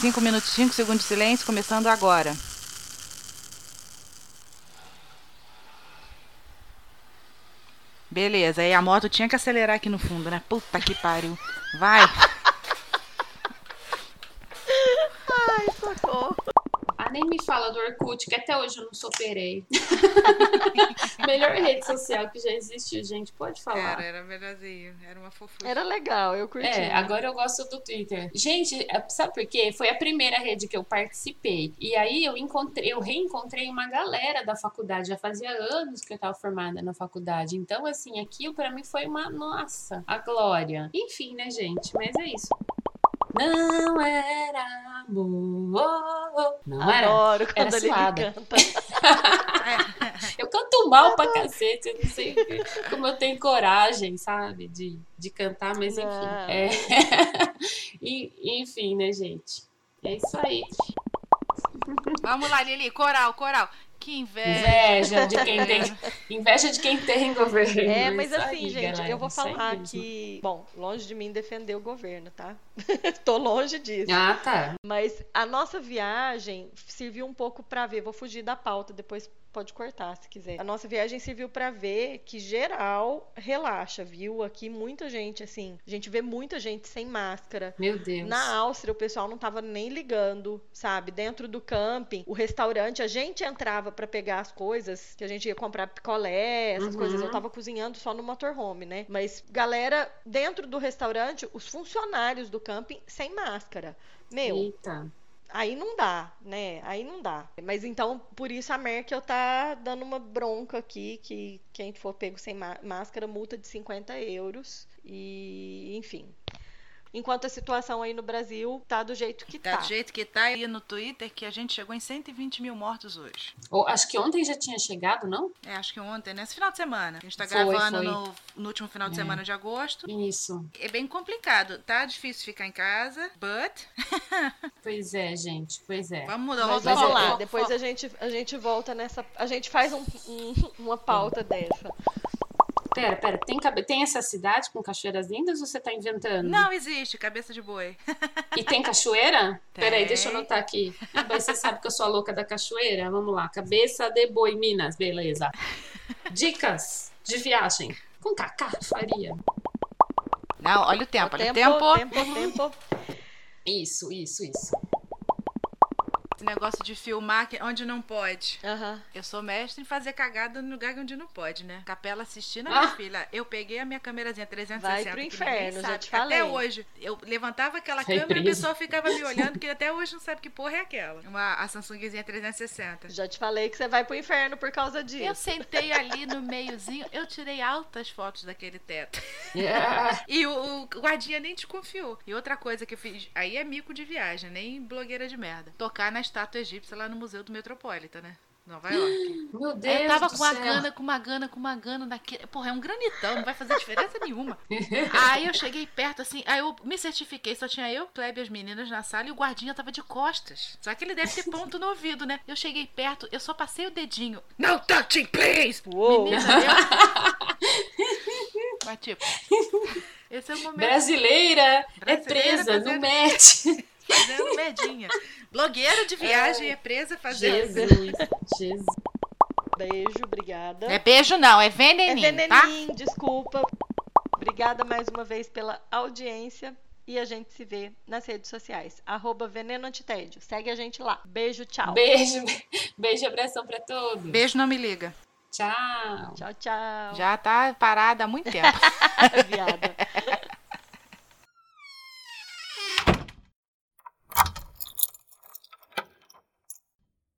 Cinco minutos, cinco segundos de silêncio, começando agora. Beleza, aí a moto tinha que acelerar aqui no fundo, né? Puta que pariu. Vai. Ai, socorro. Ah, nem me fala do Orkut, que até hoje eu não superei. Melhor rede social que já existiu, gente. Pode falar. Era, era melhorzinho. Era uma fofura. Era legal, eu curti. É, agora eu gosto do Twitter. Gente, é, sabe por quê? Foi a primeira rede que eu participei. E aí eu encontrei, eu reencontrei uma galera da faculdade. Já fazia anos que eu estava formada na faculdade. Então, assim, aquilo para mim foi uma nossa, a glória. Enfim, né, gente? Mas é isso. Não era amor. Não era. Adoro quando era ele suada. canta. É, Eu canto mal pra cacete, eu não sei como eu tenho coragem, sabe, de, de cantar, mas enfim. Não. É. E- enfim, né, gente? É isso aí. Vamos lá, Lili. Coral, coral. Que inveja. Inveja de quem tem, inveja de quem tem governo. né? É, mas Isso aí, assim, gente, galera, eu vou isso é aí falar mesmo. que, bom, longe de mim defender o governo, tá? Tô longe disso. Ah, tá. Mas a nossa viagem serviu um pouco para ver. Vou fugir da pauta, depois pode cortar se quiser. A nossa viagem serviu para ver que geral relaxa, viu? Aqui muita gente assim, a gente vê muita gente sem máscara. Meu Deus. Na Áustria, o pessoal não tava nem ligando, sabe? Dentro do camping, o restaurante, a gente entrava para pegar as coisas, que a gente ia comprar picolé, essas Uhum. coisas. Eu tava cozinhando só no motorhome, né? Mas, galera, dentro do restaurante, os funcionários do camping sem máscara. Meu, Eita. Aí não dá, né? Aí não dá. Mas então, por isso a Merkel tá dando uma bronca aqui que quem for pego sem má- máscara, multa de 50 euros. E, enfim. Enquanto a situação aí no Brasil tá do jeito que Tá tá. do jeito que tá aí no Twitter que a gente chegou em 120 mil mortos hoje. Ou- acho que ontem já tinha chegado, não? É, acho que ontem, nesse final de semana. A gente tá Foi, gravando foi. No, no último final de É. semana de agosto. Isso. É bem complicado, tá difícil ficar em casa, but Pois é, gente. Pois é. vamos mudar Mas vamos Mas vamos eu- falar. lá, eu- depois a gente, a gente volta nessa. A gente faz um- um- uma pauta dessa. Pera, pera. Tem, cabe- tem essa cidade com cachoeiras lindas ou você tá inventando? Não existe, cabeça de boi. E tem cachoeira? Tem. Peraí, deixa eu anotar aqui. Mas você sabe que eu sou a louca da cachoeira? Vamos lá. Cabeça de boi, Minas. Beleza. Dicas de viagem. Com Cacá Faria. Não, olha o tempo, O olha o tempo, tempo. tempo, tempo. Isso, isso, isso. Esse negócio de filmar que- onde não pode. Aham. Eu sou mestre em fazer cagada no lugar onde não pode, né? Capela assistindo, minha Ah. filha. Eu peguei a minha câmerazinha 360. Vai pro que ninguém inferno, já sabe. te falei. Até hoje. Eu levantava aquela Sai câmera e a preso. pessoa ficava me olhando, que até hoje não sabe que porra é aquela. Uma, a Samsungzinha 360. Já te falei que você vai pro inferno por causa Eu disso. sentei ali no meiozinho, eu tirei altas fotos daquele teto. É. E o, o guardinha nem desconfiou. E outra coisa que eu fiz, aí é mico de viagem, nem blogueira de merda. Tocar na estátua egípcia lá no Museu do Metropolitan, né? Nova York. Meu Deus. Aí É, eu tava do com a céu. gana, com uma gana, com uma gana naquele. Porra, é um granitão, não vai fazer diferença nenhuma. Aí eu cheguei perto, assim, aí eu me certifiquei, só tinha eu, Kleber e as meninas na sala e o guardinha tava de costas. Só que ele deve ter ponto no ouvido, né? Eu cheguei perto, eu só passei o dedinho. No touching, please! Uou! Menina, eu- Mas tipo, esse é o momento Brasileira, é Brasileira presa, fazendo- não mete. fazendo merdinha. Blogueiro de viagem é presa fazendo. Jesus, Jesus. Beijo, obrigada. É beijo não, é É veneninho, tá? veneninho, desculpa. Obrigada mais uma vez pela audiência. E a gente se vê nas redes sociais. Arroba Veneno Antitédio. Segue a gente lá. Beijo, tchau. Beijo, beijo e abração pra todos. Beijo não me liga. Tchau. Tchau, tchau. Já tá parada há muito tempo. Viada.